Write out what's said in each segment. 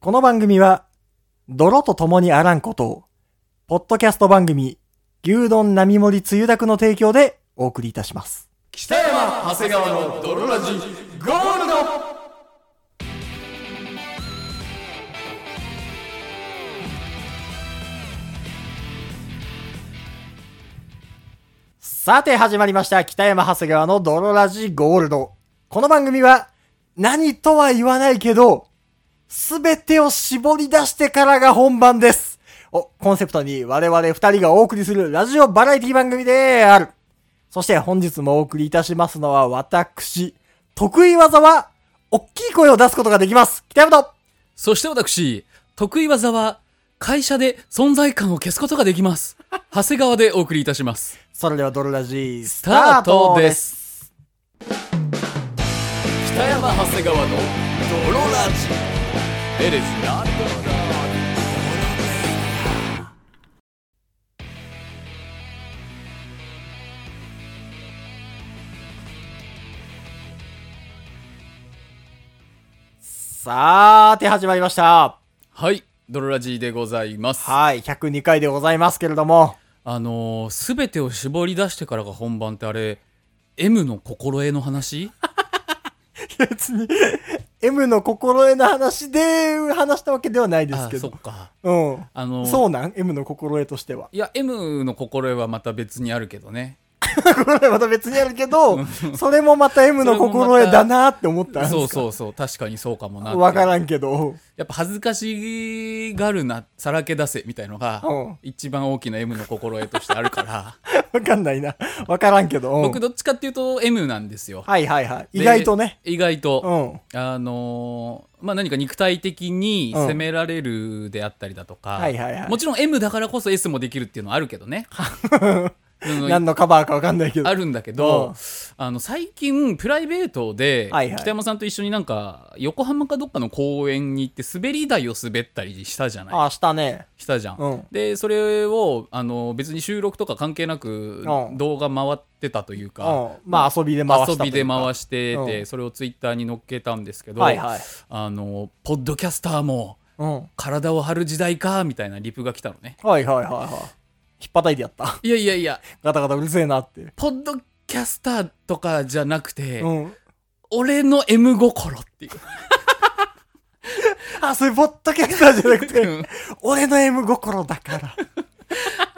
この番組は、泥と共にあらんことを、ポッドキャスト番組、牛丼並盛りつゆだくの提供でお送りいたします。北山長谷川の泥ラジゴールドさて始まりました、北山長谷川の泥ラジゴールド。この番組は、何とは言わないけど、すべてを絞り出してからが本番です。をコンセプトに我々二人がお送りするラジオバラエティ番組である。そして本日もお送りいたしますのは私、得意技は、大きい声を出すことができます。北山とそして私、得意技は、会社で存在感を消すことができます。長谷川でお送りいたします。それではドロラジース。スタートですす。北山長谷川の泥ラジ。It is not さーて始まりました。はい、泥ラジでございます。はい、102回でございますけれども、あのー、すべてを絞り出してからが本番ってあれ、M の心得の話別に M の心得の話で話したわけではないですあけ、そどっ。か。うん。あのー、そうなん ?M の心得としては。いや、M の心得はまた別にあるけどね。これまた別にあるけど、それもまた M の心得だなって思ったんですかそうそうそう、確かにそうかもなって。わからんけど。やっぱ恥ずかしがるな、さらけ出せみたいのがうん、一番大きな M の心得としてあ るから、わかんないな。わからんけど。うん僕どっちかっていうと M なんですよ。はいはいはい。で意外とね。。意外うと。ん。あのーまあ、何か肉体的にうん責められるであったりだとか、はいはいはいもちろん M だからこそ S もできるっていうのはあるけどね。うん何のカバーかわか んないけど。あるんだけど、うんあの最近プライベートではいはい北山さんと一緒になんか横浜かどっかの公園に行って滑り台を滑ったりしたじゃないあ、したね。したじゃん、うんでそれをあの別に収録とか関係なくうん動画回ってたといううか、ん。まあ遊びで回したとい遊うか。びで回してて、うんそれをツイッターに載っけたんですけど、はいはいあのポッドキャスターもうん。体を張る時代かみたいなリプが来たのねはいはいはいはい。引っ叩いてやった。いやいやいやガタガタうるせえなって。ポッドキャスターとかじゃなくて、うん。俺の M 心っていうあ、それポッドキャスターじゃなくて、うん俺の M 心だから。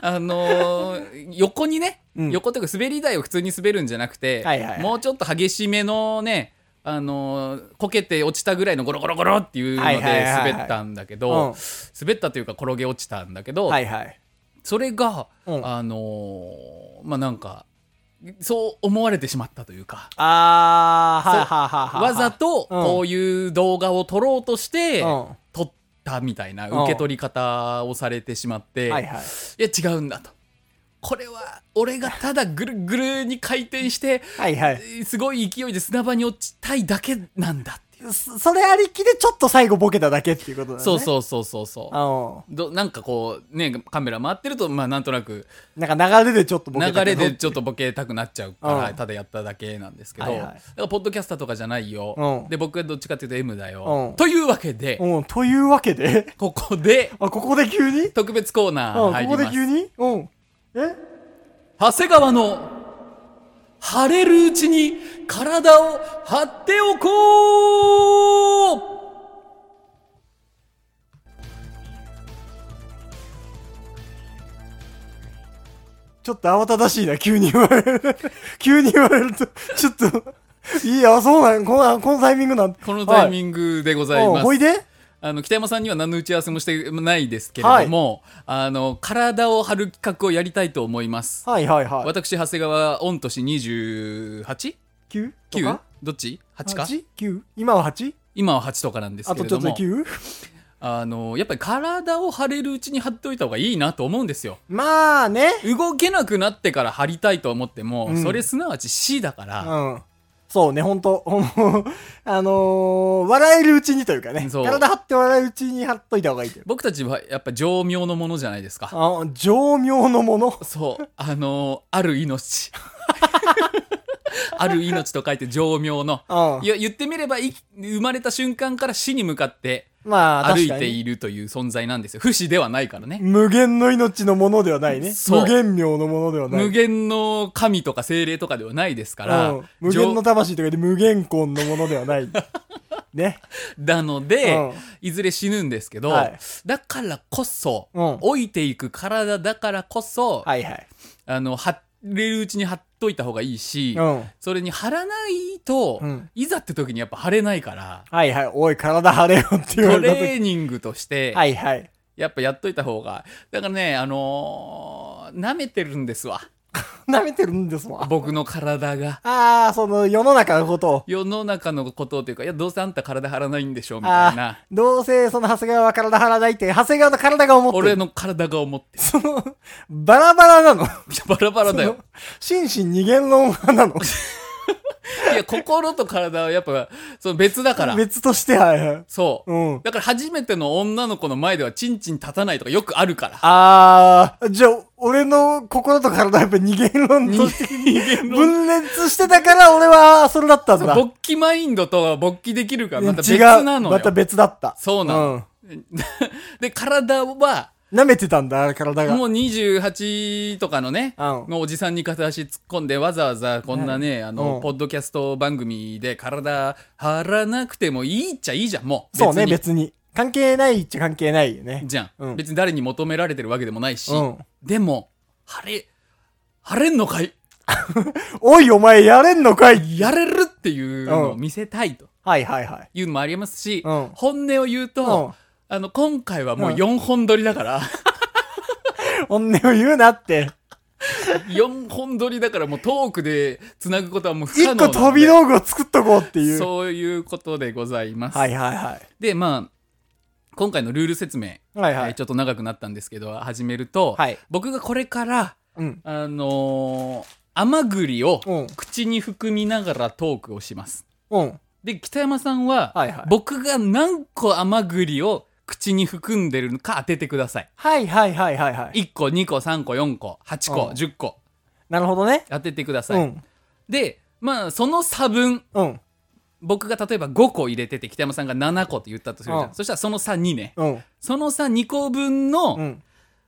あのー横にね、うん横というか滑り台を普通に滑るんじゃなくて、はいはいはいもうちょっと激しめのね、あのーこけて落ちたぐらいのゴロゴロゴロっていうのはでいはいはいはい滑ったんだけど、うん滑ったというか転げ落ちたんだけど、はいはい。それが、うんあのーまあなんかそう思われてしまったというか。あー、そうはははは。わざとうんこういう動画を撮ろうとしてうん撮ったみたいな受け取り方をされてしまって、はいはい。いや違うんだとこれは俺がただぐるぐるに回転してはいはい。すごい勢いで砂場に落ちたいだけなんだっていう、そそれありきでちょっと最後ボケただけっていうことだね。そうう。そうそうそうそううどなんかこうねカメラ回ってるとまあなんとなくん。なんか流れでちょっとボケ流たけれどでちょっとボケたくなっちゃうから、うんただやっただけなんですけど、はいはいだからポッドキャスターとかじゃないよ、うんで僕はどっちかっていうと M だよ、うんというわけで、うん。というわけで、 ここであ、ここで急に特別コーナうん、ーこ入こりでます、急にうん。え長谷川の晴れるうちに体を張っておこうちょっと慌ただしいな、急に言われる。 急に言われると、ちょっと、いや、そうなん、この、このタイミングなんこのタインミングでごグざいます、ほいであの北山さんには何の打ち合わせもしてないですけれども、あの体を張る企画をやりたいと思います、はいはいはい。私長谷川御年 28?9? 9? とかどっち ?8 か 8?9? 今は 8? 今は8とかなんですあけとれちょどっとでも 9? あのやっぱり体を張れるうちに張っておいた方がいいなと思うんですよまあね。動けなくなってから張りたいと思っても、うんそれすなわち C だから、うん。そうね、ほんと。 ほんとあのー、笑えるうちにというかね。そう体張って笑えるうちに張っといた方がいいという。僕たちはやっぱ常妙のものじゃないですか。あ常妙のもの。そう、あのーあ る命。ある命と書いて常妙の。うんい。や言ってみればい生まれた瞬間から死に向かってまあ、歩確いかてに。いるという存在なんですよ。不死ではないからね。無限の命のものではないね。そう無限妙のものではない。無限の神とか精霊とかではないですから、うん無限の上魂とかで無限魂のものでは ない。ね。なので、うんいずれ死ぬんですけど、はいだからこそ、うん老いていく体だからこそ、はいはい。あの貼れるうちに貼っといた方がいいし、うん。それに貼らないと、うんいざって時にやっぱ貼れないから、 はいはい。おい、体張れよって言わトれた時レーニングとして、はいはい。やっぱやっといた方が、だからね、あのー舐めてるんですわ。舐めてるんですもん。あ僕の体が。あー、その世の中のことを。世の中のことというか、いや、どうせあんた体張らないんでしょ、みたあいあな。ー、どうせその長谷川は体張らないって、長谷川の体が思って俺る。の体が思ってる。その、バラバラなの。いやバラバラ だよ。その。心身二元論派なの。いや、心と体はやっぱ、その別だか ら。別としては、はいはいそう。うん。だから初めての女の子の前ではチンチン立たないとかよくあるから。あー、じゃあ、俺の心と体はやっぱ二元論人として間の。分裂してたから俺はそれだったんだ。勃起マインドと勃起できるか違らうまた別なのよ。また別だった。そうなの。で、体は、うん。舐めてたんだ、体が。もう28とかのね、うんのおじさんに片足突っ込んでわざわざこんなね、あの、うんポッドキャスト番組で体張らなくてもいいっちゃいいじゃん、もう。そうね、に別に。関係ないっちゃ関係ないよね。じゃん、うん別に誰に求められてるわけでもないし。うんでも、晴れ、晴れんのかいおい、お前やれんのかいやれるっていうのをうん見せたいとはいはいはい。いうのもありますし、うん本音を言うと、あの、今回はもう4本撮りだから、 本音を言うなって。 4本撮りだからもうトークで繋ぐことはもう不可一能な個ので。飛び道具を作っとこうっていう。そういうことでございます。はいはいはい。で、まあ、今回のルール説明、はいはえーい。ちょっと長くなったんですけど、始めると、はい。僕がこれから、うん。あのー甘栗をうん口に含みながらトークをします。うん。で、北山さんは、はいはい僕が何個甘栗を口に含んでるのか当ててください。はいはいはいはいはい。 1個、2個、3個、4個、8個、うん10個なるほどね。当ててくださうい。ん。で、まあ、その差分、うん。僕が例えば5個入れてて北山さんが7個って言ったとするじゃん、うんそしたらその差2ねうん。その差2個分の、うん。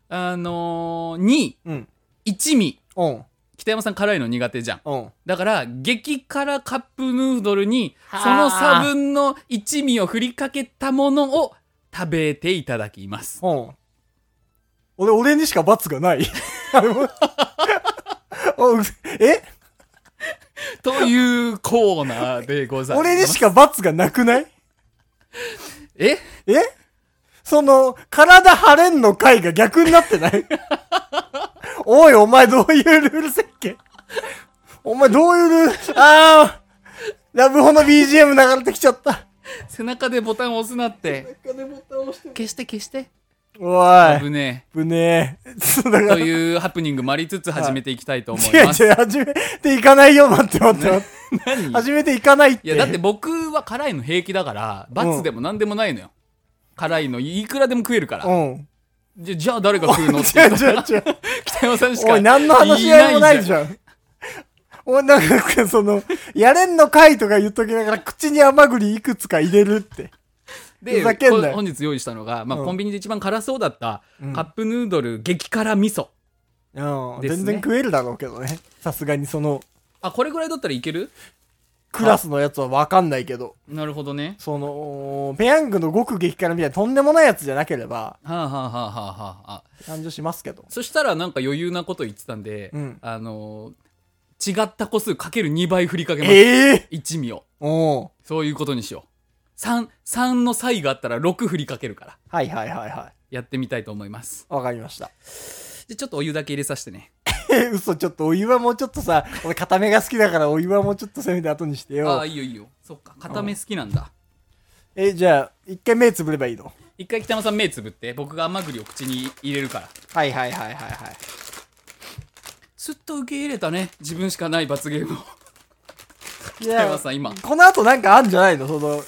あのー、にうん。一味うん。北山さん辛いの苦手じゃんうん。だから激辛カップヌードルにはあその差分の一味を振りかけたものを食べていただきますうん。俺、俺にしか罰が ない。あれもおうえというコーナーでございます俺にしか罰がなくないええその、体張れんの回が逆になってない おい、お前どういうルール設計お前どういうルール、あー、ラブホの BGM 流れてきちゃった。背中でボタンを押すなって消して消しておい、危ねぶねえ。そうだえかとら、違ういう ハプニングもありつつ始めていきたいと思い違う、ます始めていかないよ、待って待って待って。何始めていかないって。いや、だって僕は辛いの平気だから、罰でも何でもないのよ。辛いのいくらでも食えるから。うん。じゃじゃあ誰が食 うのって違言うったら違う違う。 北山さんしかおい、何の話し合いもないじゃん。ゃん。おい、なんか、その、やれんのかいとか言っときながら、口に甘栗いくつか入れるって。で、ふざけんなよこ本日用意したのが、まあ、うんコンビニで一番辛そうだった、うんカップヌードル激辛味噌。うん、ですね全然食えるだろうけどね。さすがにその、あ、これぐらいだったらいけるクラスのやつはわかんないけど、なるほどね。その、ペヤングの極激辛みたいなとんでもないやつじゃなければ、はあ、はあはあはあはあ、感情しますけど。そしたらなんか余裕なこと言ってたんで、うんあのー違った個数かける2倍振りかけます。ええ一味を。おうそういうことにしよう。3、三の差異があったら6振りかけるから。はいはいはいはやってみたいと思います。い。わかりました。 で、ちょっとお湯だけ入れさせてね。え、嘘、ちょっとお湯はもうちょっとさ、俺固めが好きだからお湯はもうちょっとせめて後にしてああ、よ。いいよいいよ。そっか、固め好きなんだ。え、じゃあ、一回目つぶればいいの一回北山さん目つぶって、僕が甘栗を口に入れるから。はいはいはいはいはい。すっと受け入れたね。自分しかない罰ゲームを。い北山さん、今。この後なんかあんじゃないのその、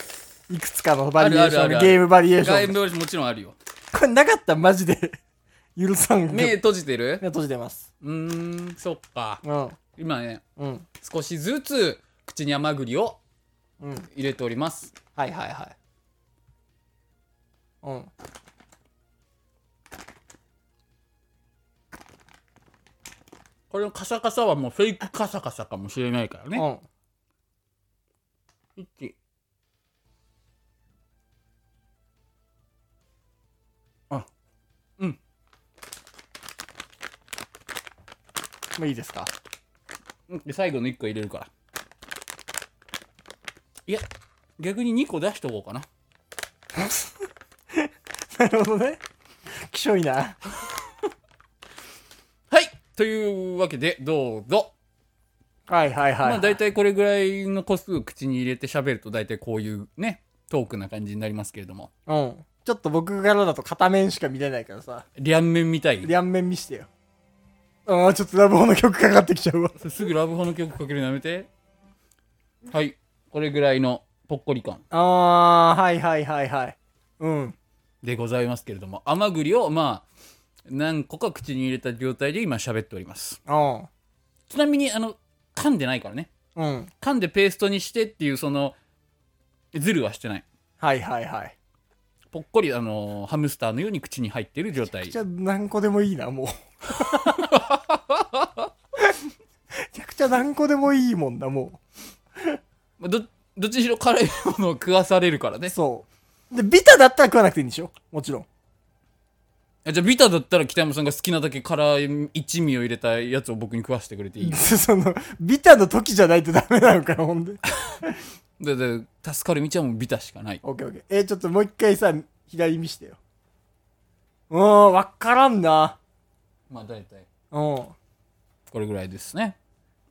いくつかのバリエーション、あるあるあるあるゲームバリエーシ外ョン。部もちろんあるよ。これなかったらマジで、 許さんけど目閉じてる目閉じてます。うーん、そっか。うん。今ね、うん。少しずつ口に甘栗をうん。入れております。はいはいはい。うん。これのカサカサはもうフェイクカサカサかもしれないからね。うん。一あ、もういいですか うんで最後の1個入れるから。いや、逆に2個出しとこうかな。なるほどね。きしょいな。はいというわけで、どうぞ。はいはいはい。まあ大体これぐらいの個数口に入れて喋ると大体こういうね、トークな感じになりますけれども。うん。ちょっと僕からだと片面しか見れないからさ。両面みたい。両面見してよ。ああ、ちょっとラブホの曲かかってきちゃうわ。すぐラブホの曲かけるのやめて。はい。これぐらいのぽっこり感ああ、はいはいはいはい。うん。でございますけれども、甘栗をまあ、何個か口に入れた状態で今喋っております。うん。ちなみに、あの、噛んでないからね。うん。噛んでペーストにしてっていうそのズルはしてないはいはいはい。ぽっこりあのハムスターのように口に入ってる状態じゃあ何個でもいいな、もう。めちゃくちゃ何個でもいいもんだ、もまあどどっちにしろ辛いものを食わされるからう。ねそう。で、ビタだったら食わなくていいんでしょもちろん。 あじゃあビタだったら北山さんが好きなだけ辛い一味を入れたやつを僕に食わしてくれていいその、ビタの時じゃないとダメなのかな、ほんで。だだ助かる道はもうビタしかないオッケーオッケー。えーちょっともう一回さ、左見してよ。うーん、わからんな。まあ大体うん。これぐらいですね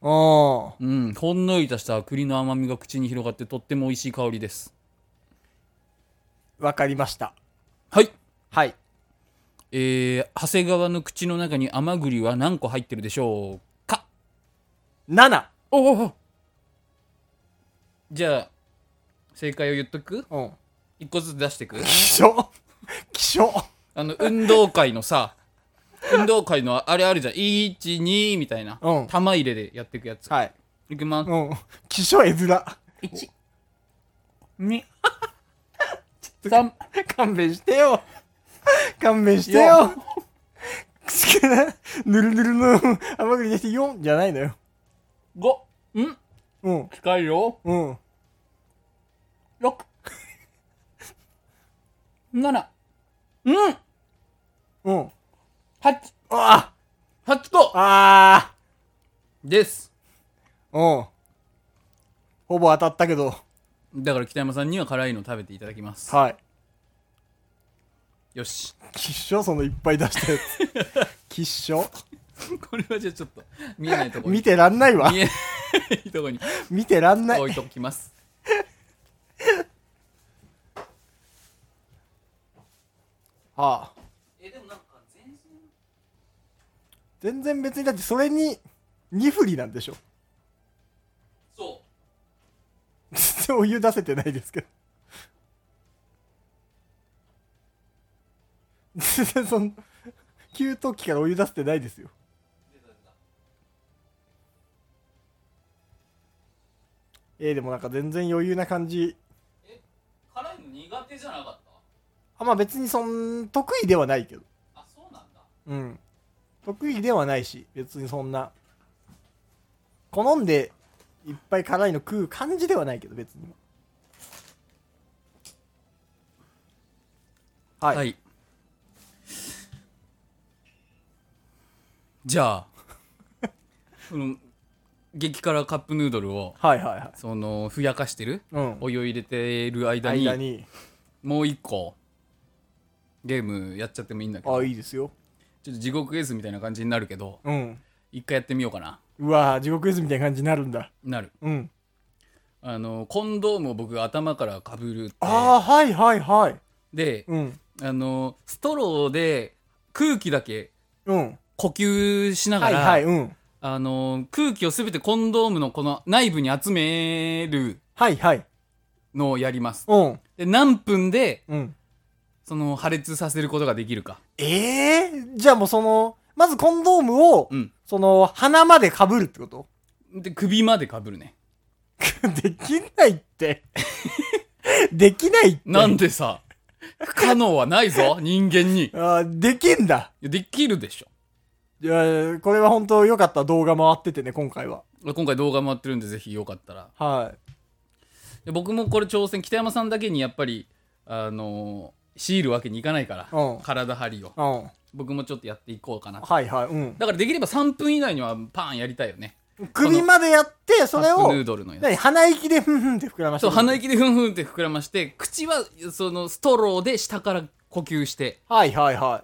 うん。うんほんのりとした栗の甘みが口に広がってとっても美味しい香りですわかりました。はいはい。えー、長谷川の口の中に甘栗は何個入ってるでしょうか7。おおじゃあ正解を言っとくうん。一個ずつ出してく気象気象あの運動会の さ運動会のあれあるじゃん12みたいな、うん玉入れでやっていくやつ、はい。い、きますうん。気象絵面。 123勘弁してよ。勘弁してよ。くすけな、 ぬるぬるの甘栗にして4じゃないのよ。 5んうん。近いようん。 6 7うんうん。 8あ8とあですあうん。ほぼ当たったけど。だから北山さんには辛いの食べていただきますはい。よし きっしょそのいっぱい出したやつ。 きっしょこれはじゃあちょっと見えないところ見てらんないわ見。えないとこに見てらんない。置いときますああ全然別にだってそれに2振りなんでしょそ全然お湯出せてないですけど 全然その給湯器からお湯出せてないですよえー、でもなんか全然余裕な感じう辛いの苦手じゃなかっあまあ別にそん得意ではないけどたあそうなんだうん。得意ではないし、別にそんな。好んでいっぱい辛いの食う感じではないけど、別に。は。はいい、じゃあ その激辛カップヌードルをはい、はいはい。そのふやかしてる、うんお湯を入れてる間に間に。もう一個ゲームやっちゃってもいいんだけどあ、いいですよ。ちょっと地獄絵図みたいな感じになるけどうん。一回やってみようかなうわぁ、地獄絵図みたいな感じになるんだ。なるうん。あのコンドームを僕が頭からかぶるってああ、はいはいはい。で、うん。あのストローで空気だけうん。呼吸しながはいら、はい、うん。あの空気を全てコンドームのこの内部に集めるはいはい。のをやりますうん。で何分でうん。その破裂させることができるかええー、じゃあもうその、まずコンドームを、うんその、鼻まで被るってこと で首までかぶるね できないって。できないって。なんでさ不可能はないぞ、人間に。あーできんだ。できるでしょ。いや、これは本当良かった動画回っててね、今回は。今回動画回ってるんで、ぜひよかったら。はで僕もこれ挑戦、北山さんだけにやっぱり、あのー、強いるわけにいかないから、うん体張りを。い。うん。僕もちょっとやっていこうかな。はいはい。うん。だからできれば3分以内にはパーンやりたいよね。首までやって、それカップをヌー、ドルのやつ。何鼻息でふんふんって膨らましてそう、る鼻息でふんふんって膨らまして、口は、その、ストローで下から呼吸してはいはいは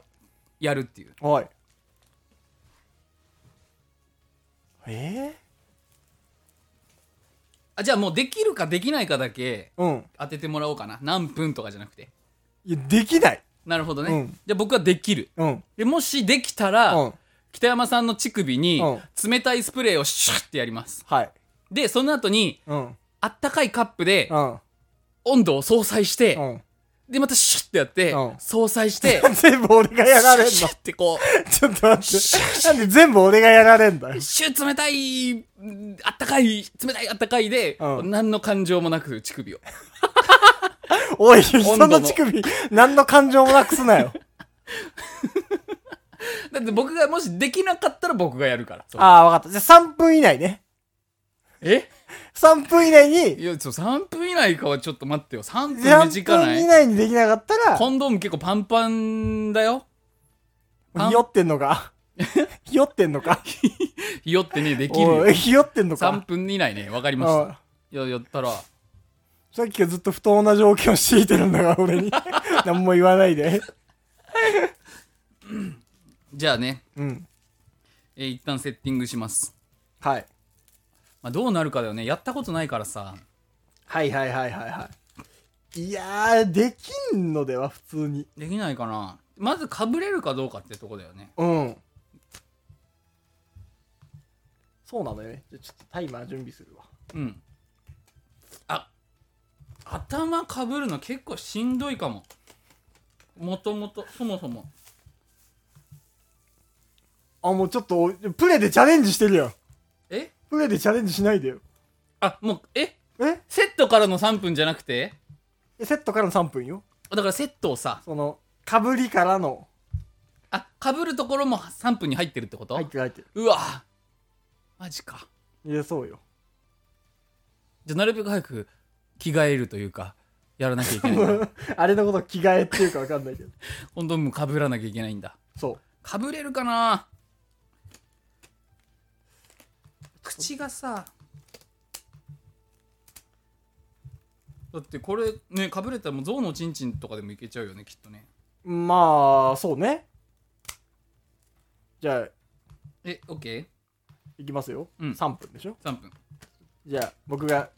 やるっていう。い。はい。えあ、じゃあもうできるかできないかだけー、うん。当ててもらおうかな。何分とかじゃなくて。いや、できない。なるほどね。うんじゃあ僕はできる。うん。で、もしできたら、うん。北山さんの乳首にう冷たいスプレーをシュッってやります。はい。で、その後に、うん。あったかいカップでうん。温度を相殺して、うん。 で、またシュッってやって、うん相殺して、全部俺 がやられんの。シちュょッってこう。っと待って。なんで全部俺がやられんだよ。シュッ冷たい、うんあったかい、冷たいあったかいで、うん何の感情もなく乳首を。おい、人温度のも乳首、何の感情もなくすなよ。だって僕がもしできなかったら僕がやるから。そ うああ、わかった。じゃあ3分以内ね。え3分以内に、いや、そう、3分以内かはちょっと待ってよ。3分3短な分以い内にできなかったコンドーム結構パンパンだよ。パら、ンひよってんの か。ひよってんのか。ひよってね、できるおよい、。ひよってんの3か。分以内ね、わかりまおしいた。いや、やったら。さっきからずっと不当な状況を強いてるんだから、俺 に。何も言わないで。じゃあね、うん。えー一旦セッティングします。はい。まあ、どうなるかだよね。やったことないからさ。はいはいはいはいはい。いやー、できんのでは、普通に。できないかな。まず被れるかどうかってとこだよね。うん。そうなのよね。じゃあちょっとタイマー準備するわ。うん。あ、頭被るの結構しんどいかも。もともと、そもそも。あ、もうちょっと、プレでチャレンジしてるよ。えプレでチャレンジしないでよ。あ、もう、ええセットからの3分じゃなくてセットからの3分よ。だからセットをさ、その、かぶりからの。あ、被るところも3分に入ってるってこと、入ってる入ってる。うわマジか。いや、そう よ。じゃあなるべく早く着替えるというか、やらなきゃいけない んだ。あれのこと着替えっていうかわかんないけど。今度も被らなきゃいけないんだ。そう。被れるかな口がさだってこれね被れたらもう象のチンチンとかでもいけちゃうよねきっとねまあ、そうね。じゃあ、えオッケいきますよ。うん3分でしょ。ー3分じゃあ、僕が、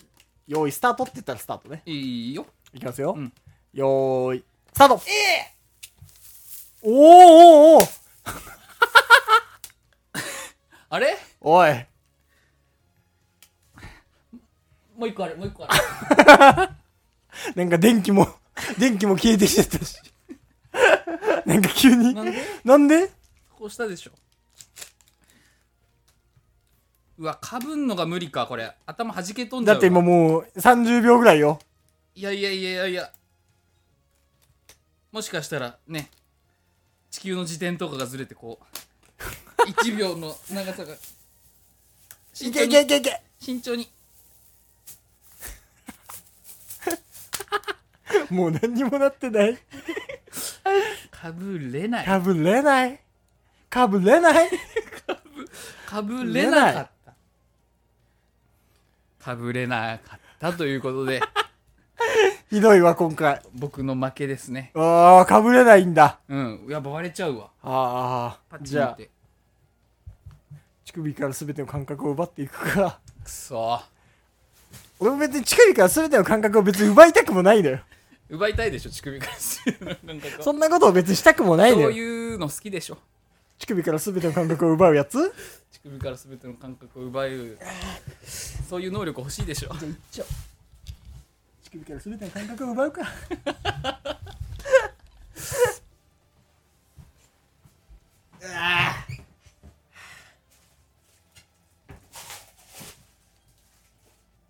用意スタートって言ったらスタートね。いいよいきますよ。うんよーい、スタートおおおーあれおーおーおいもう一個あるもう一個あるなんか電気も、 電気も消えてきちゃったし。 なんか急にな。んでなんで こうしたでしょうわ被んのが無理かこれ頭はじけ飛んじゃだっうわて今もう30秒ぐらいよ。いやいやいやいやいやもしかしたらね地球の時点とかがずれてこう 1秒の長さがい慎け重いけにいけいけ慎重にもう何にもなってない。かぶれないかぶれない。かぶれない。かぶれなかったかぶれなかったということ でひどいわ、今回。僕の負けですねああ、かぶれないんだ。うんやっぱ割れちゃうわあパあ、ッチじンゃっあ、て乳首から全ての感覚を奪っていくか。くそ俺も別に乳首から全ての感覚を別に奪いたくもないのよ。奪いたいでしょ乳首から するなんかこうそんなことを別にしたくもないのそうよ。いうの好きでしょ乳首から全ての感覚を奪うやつ乳首から全ての感覚を奪うそういう能力欲しいでしょじゃあ、いっちゃう。乳首から全ての感覚を奪うか。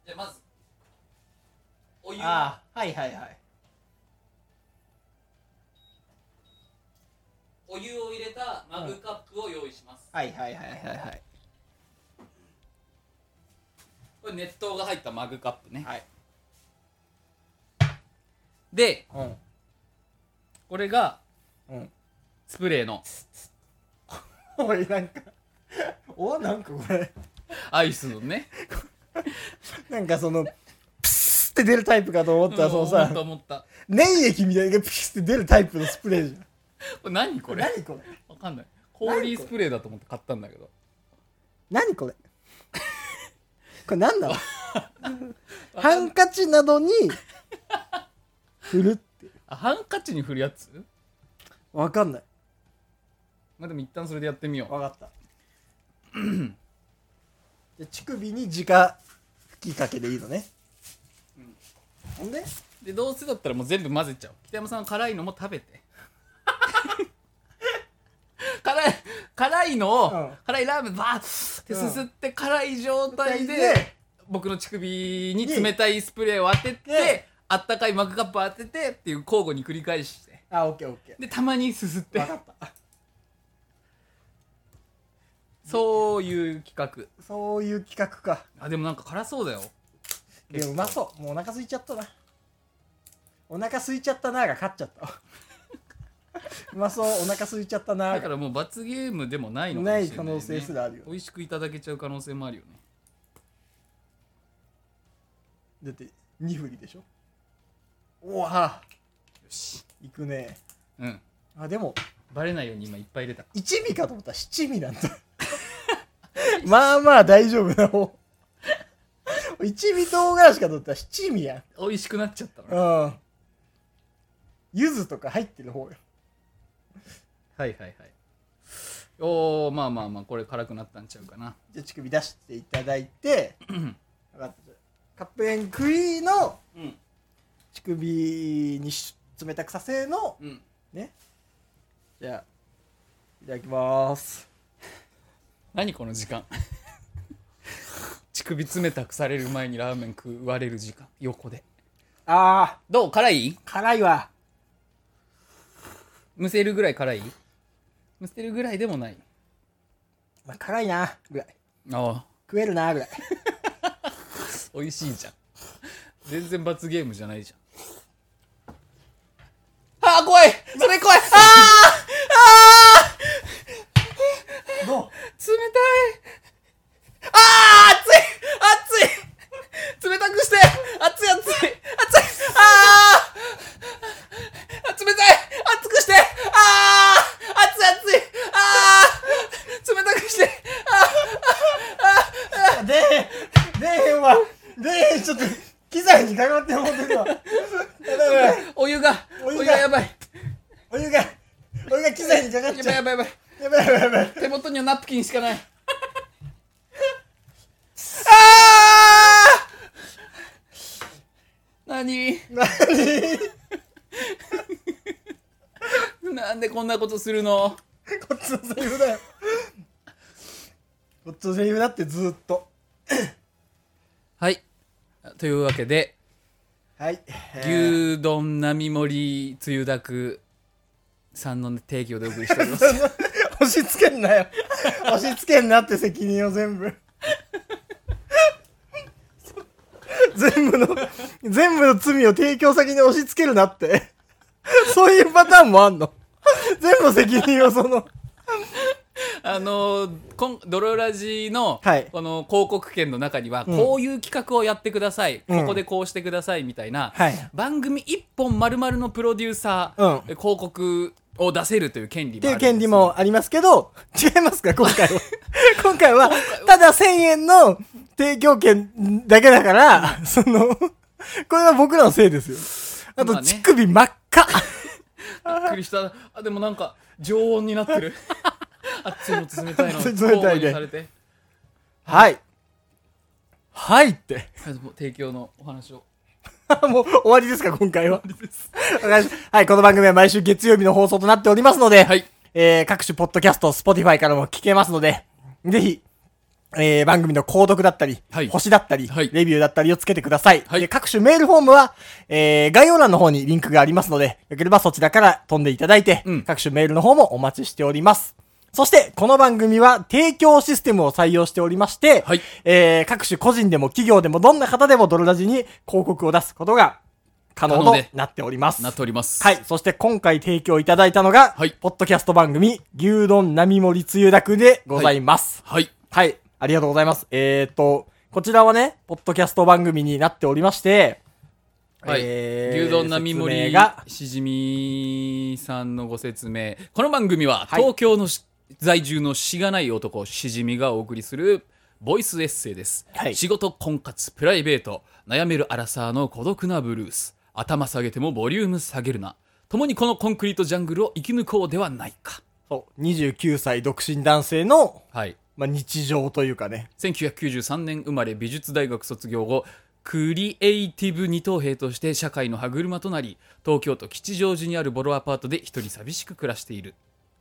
じゃあまずお湯あ、はいはいはい。お湯を入れたマグカップを用意します、はいはいはいはいはい。これ熱湯が入ったマグカップね、はいでうこれがん。うん。スプレーのおい、なんか、おなんかこれ、アイスの ねなんかその、プスって出るタイプかと思ったら、そのさ思っ、た思った粘液みたいなのがプスって出るタイプのスプレーじゃん。これ何これ何これわかんない氷スプレーだと思って買ったんだけど何これこれ何だろうハンカチなどに、振るって。あハンカチに振るやつわかんない。まあでも一旦それでやってみようわかった。で乳首に直吹きかけでいいのね。ほんででどうせだったらもう全部混ぜちゃおう北山さんは辛いのも食べて 辛い辛いのを、うん辛いラーメンバーってすすって辛い状態で、で僕の乳首に冷たいスプレーを当ててであったかいマグカップ当ててっていう交互に繰り返してあ、オッケーオッケでたまにすすってー。わかった。そういう企そういう企画か。画あでもなんか辛そうだよでもうまそう。もうお腹空いちゃったな。お腹空いちゃったなーが勝っちゃった わ。うまそう。お腹空いちゃったなだーかが。らもう罰ゲームでもないのかもしれなない、いね、可能性すらあるよ。美味しくいただけちゃう可能性もあるよねだって、2振りでしょ。おわよしいくねうんあ、でも、バレないように今いっぱい入れた一味かと思ったら七味なんだ まあまあ大丈夫な方一味唐辛子かと思ったら七味やん美味しくなっちゃったなうん柚子とか入ってる方よはいはいはいおーまあまあまあこれ辛くなったんちゃうかなじゃあ乳首出していただいて 分かったカップ麺食いのうん乳首にし冷たくさせのうんねじゃあいただきます何この時間 乳首冷たくされる前にラーメン食われる時間横であーどう辛い辛いわむせるぐらい辛いむせるぐらいでもないまあ辛いなぐらいああ食えるなぐらい美味しいじゃん全然罰ゲームじゃないじゃんああ怖いそれ怖いああどう冷たいあー熱い熱い冷たくして熱い熱い熱いあーあ冷たい熱くしてあー熱い熱いあー冷たくしてでえへん、でえへんわ。でえへん、ちょっと、機材にかかって思ってるわ。だからお湯がおお湯湯ががやばいお湯が、お湯が機材にかかっやちばいゃやう。ばいやばいやばいやばいやばい。手元にはナプキンしかないあー何なんでこんなことするのこっちのセリフだよ。こっちのセリフだってずーっと。はい。というわけで、はい。えー。牛丼並盛りつゆだくさんの提供でお送りしてお ります。押し付けんなよ。押し付けんなって責任を全部。全部の、全部の罪を提供先に押し付けるなって。そういうパターンもあんの。全部責任をその。あのこんドロラジの、はいこの広告券の中には、うんこういう企画をやってください、うんここでこうしてくださいみたいな、はい番組一本丸々のプロデューサー、うんえ広告を出せるという権利っもてあいるうんです権利もありますけど、違いますか、今回は。今回は、ただ1000円の提供権だけだから、その、これは僕らのせいですよ。あまと、あね乳首真っ赤。びっくりしたあでもなんか常温に なってる熱いのと冷たいの熱いのと冷たいで交互にされてはい。はいって。はいもう提供のお話を もう終わりですか、今回は。 わかりましたはい、この番組は毎週月曜日の放送となっておりますので、はいえー各種ポッドキャスト、Spotify からも聞けますので、ぜひ、えー番組の購読だったり、はい星だったり、はいレビューだったりをつけてください。はいで各種メールフォームは、えー概要欄の方にリンクがありますので、よければそちらから飛んでいただいて、うん各種メールの方もお待ちしております。そして、この番組は提供システムを採用しておりまして、はいえー各種個人でも企業でもどんな方でもドロラジに広告を出すことが可能可能とでなっております。なっております。はい。。そして今回提供いただいたのが、はいポッドキャスト番組、牛丼並盛りつゆだくでございます。はい。はい。ありがとうございます。えーと、こちらはね、ポッドキャスト番組になっておりまして、はいえー牛丼並盛説り明が、しじみさんのご説明この番組はい東京のし、在住のしがない男しじみがお送りするボイスエッセイです、はい仕事婚活プライベート悩めるアラサーの孤独なブルース頭下げてもボリューム下げるな共にこのコンクリートジャングルを生き抜こうではないかそう、29歳独身男性の、はいまあ、日常というかね、 1993年生まれ美術大学卒業後クリエイティブ二等兵として社会の歯車となり東京都吉祥寺にあるボロアパートで一人寂しく暮らしている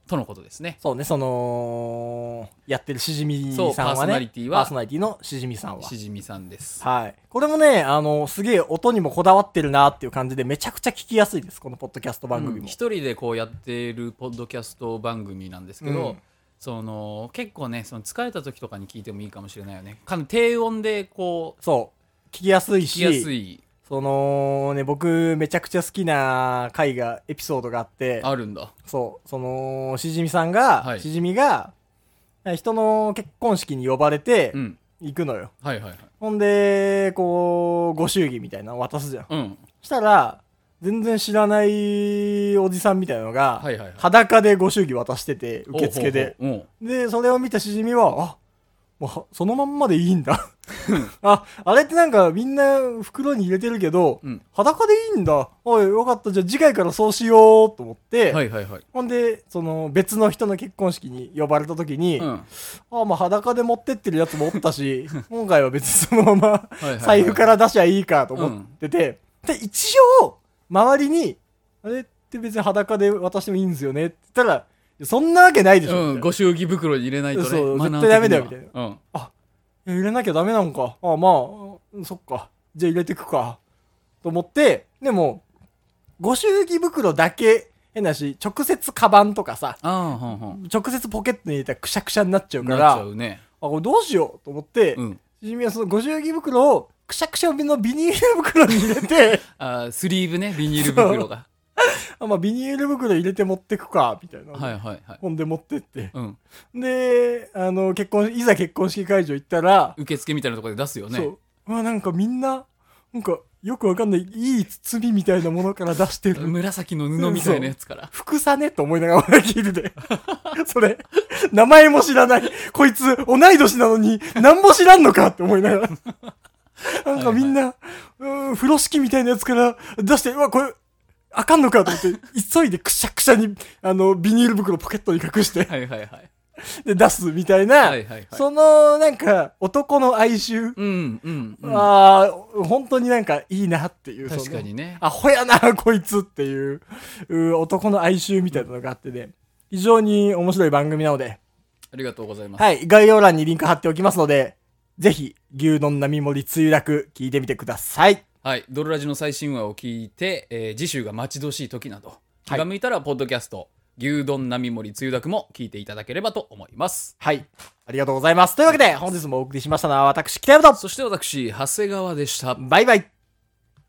とのことですねそうね、その、やってるしじみさんそはうね、パーソナリティはパーソナリティのしじみさんは。しじみさんですはい。これもね、あの、すげえ音にもこだわってるなっていう感じで、めちゃくちゃ聞きやすいです、このポッドキャスト番組うんも。一人でこうやってるポッドキャスト番組なんですけど、うんその結構ねその疲れた時とかに聞いてもいいかもしれないよねかなり低音でこそう。聞きやすいう聞し、きやすいそのね、僕、めちゃくちゃ好きな回が、エピソードがあって、あるんだそう、その、しじみさんが、はいしじみが、人の結婚式に呼ばれてう、ん行くのよ。はいはいはいほんで、こう、ご祝儀みたいなの渡すじゃん。うんしたら、全然知らないおじさんみたいなのが、はいはいはい裸でご祝儀渡してて、受付で。ほうほうほううんで、それを見たしじみは、あ、もうは、そのまんまでいいんだ。 あ、あれってなんかみんな袋に入れてるけど、うん裸でいいんだ。おい、よかった。じゃあ次回からそうしようと思って、はいはいはいほんで、その別の人の結婚式に呼ばれた時に、うんあ、まあ裸で持ってってるやつもおった し、今回は別にそのままいはいはい財布から出しゃいいかと思ってて、で、一応、周りに、あれって別に裸で渡してもいいんですよねって言ったら、いやそんなわけないでしょ。みたいうん、なご祝儀袋に入れないとね、そうマナー絶対ダメだよ的にはみうん、え入れなきゃダメなんか。あまあうん、そっか。じゃあ入れてくか。と思って、でも、ご祝儀袋だけ、変なし、直接カバンとかさ、ああ、ほんほん。直接ポケットに入れたらくしゃくしゃになっちゃうかなっちら、ゃうね。あ、これどうしようと思って、うん。しじみはそのご祝儀袋をくしゃくしゃのビニール袋に入れ て、あースリーブね、ビニール袋が。あ、まあビニール袋入れて持ってくか、みたいな。はいはいはい。ほんで持ってって。うん。で、あの、結婚、いざ結婚式会場行ったら、受付みたいなところで出すよね。そう。まあなんかみんな、なんかよくわかんない、いい包みみたいなものから出してる。紫の布みたいなやつから。福さねと思いながら俺聞いて て。それ、名前も知らない。こいつ、同い年なのに、何も知らんのかって思いなが ら。なんかみんな、うーん、風呂敷みたいなやつから出して、うわ、これ、あかんのかと思って、急いでくしゃくしゃに、あの、ビニール袋ポケットに隠して、はいはいはい。で、出すみたいはな、いはいはい。その、なんか、男の哀愁うんうん、うん。ああ、本当になんかいいなっていう。確そかのにね。アホやな、こいつっていう、うー男の哀愁みたいなのがあってね。非常に面白い番組なので、ありがとうございます。はい、概要欄にリンク貼っておきますので、ぜひ、牛丼並盛りつゆ楽、聞いてみてください。はい、ドルラジの最新話を聞いて、えー次週が待ち遠しい時など、気が向いたら、ポッドキャスト、牛丼並盛りつゆだくも聞いていただければと思います。はい、ありがとうございます。というわけで、本日もお送りしましたのは、私、北山と、そして私、長谷川でした。バイバイ。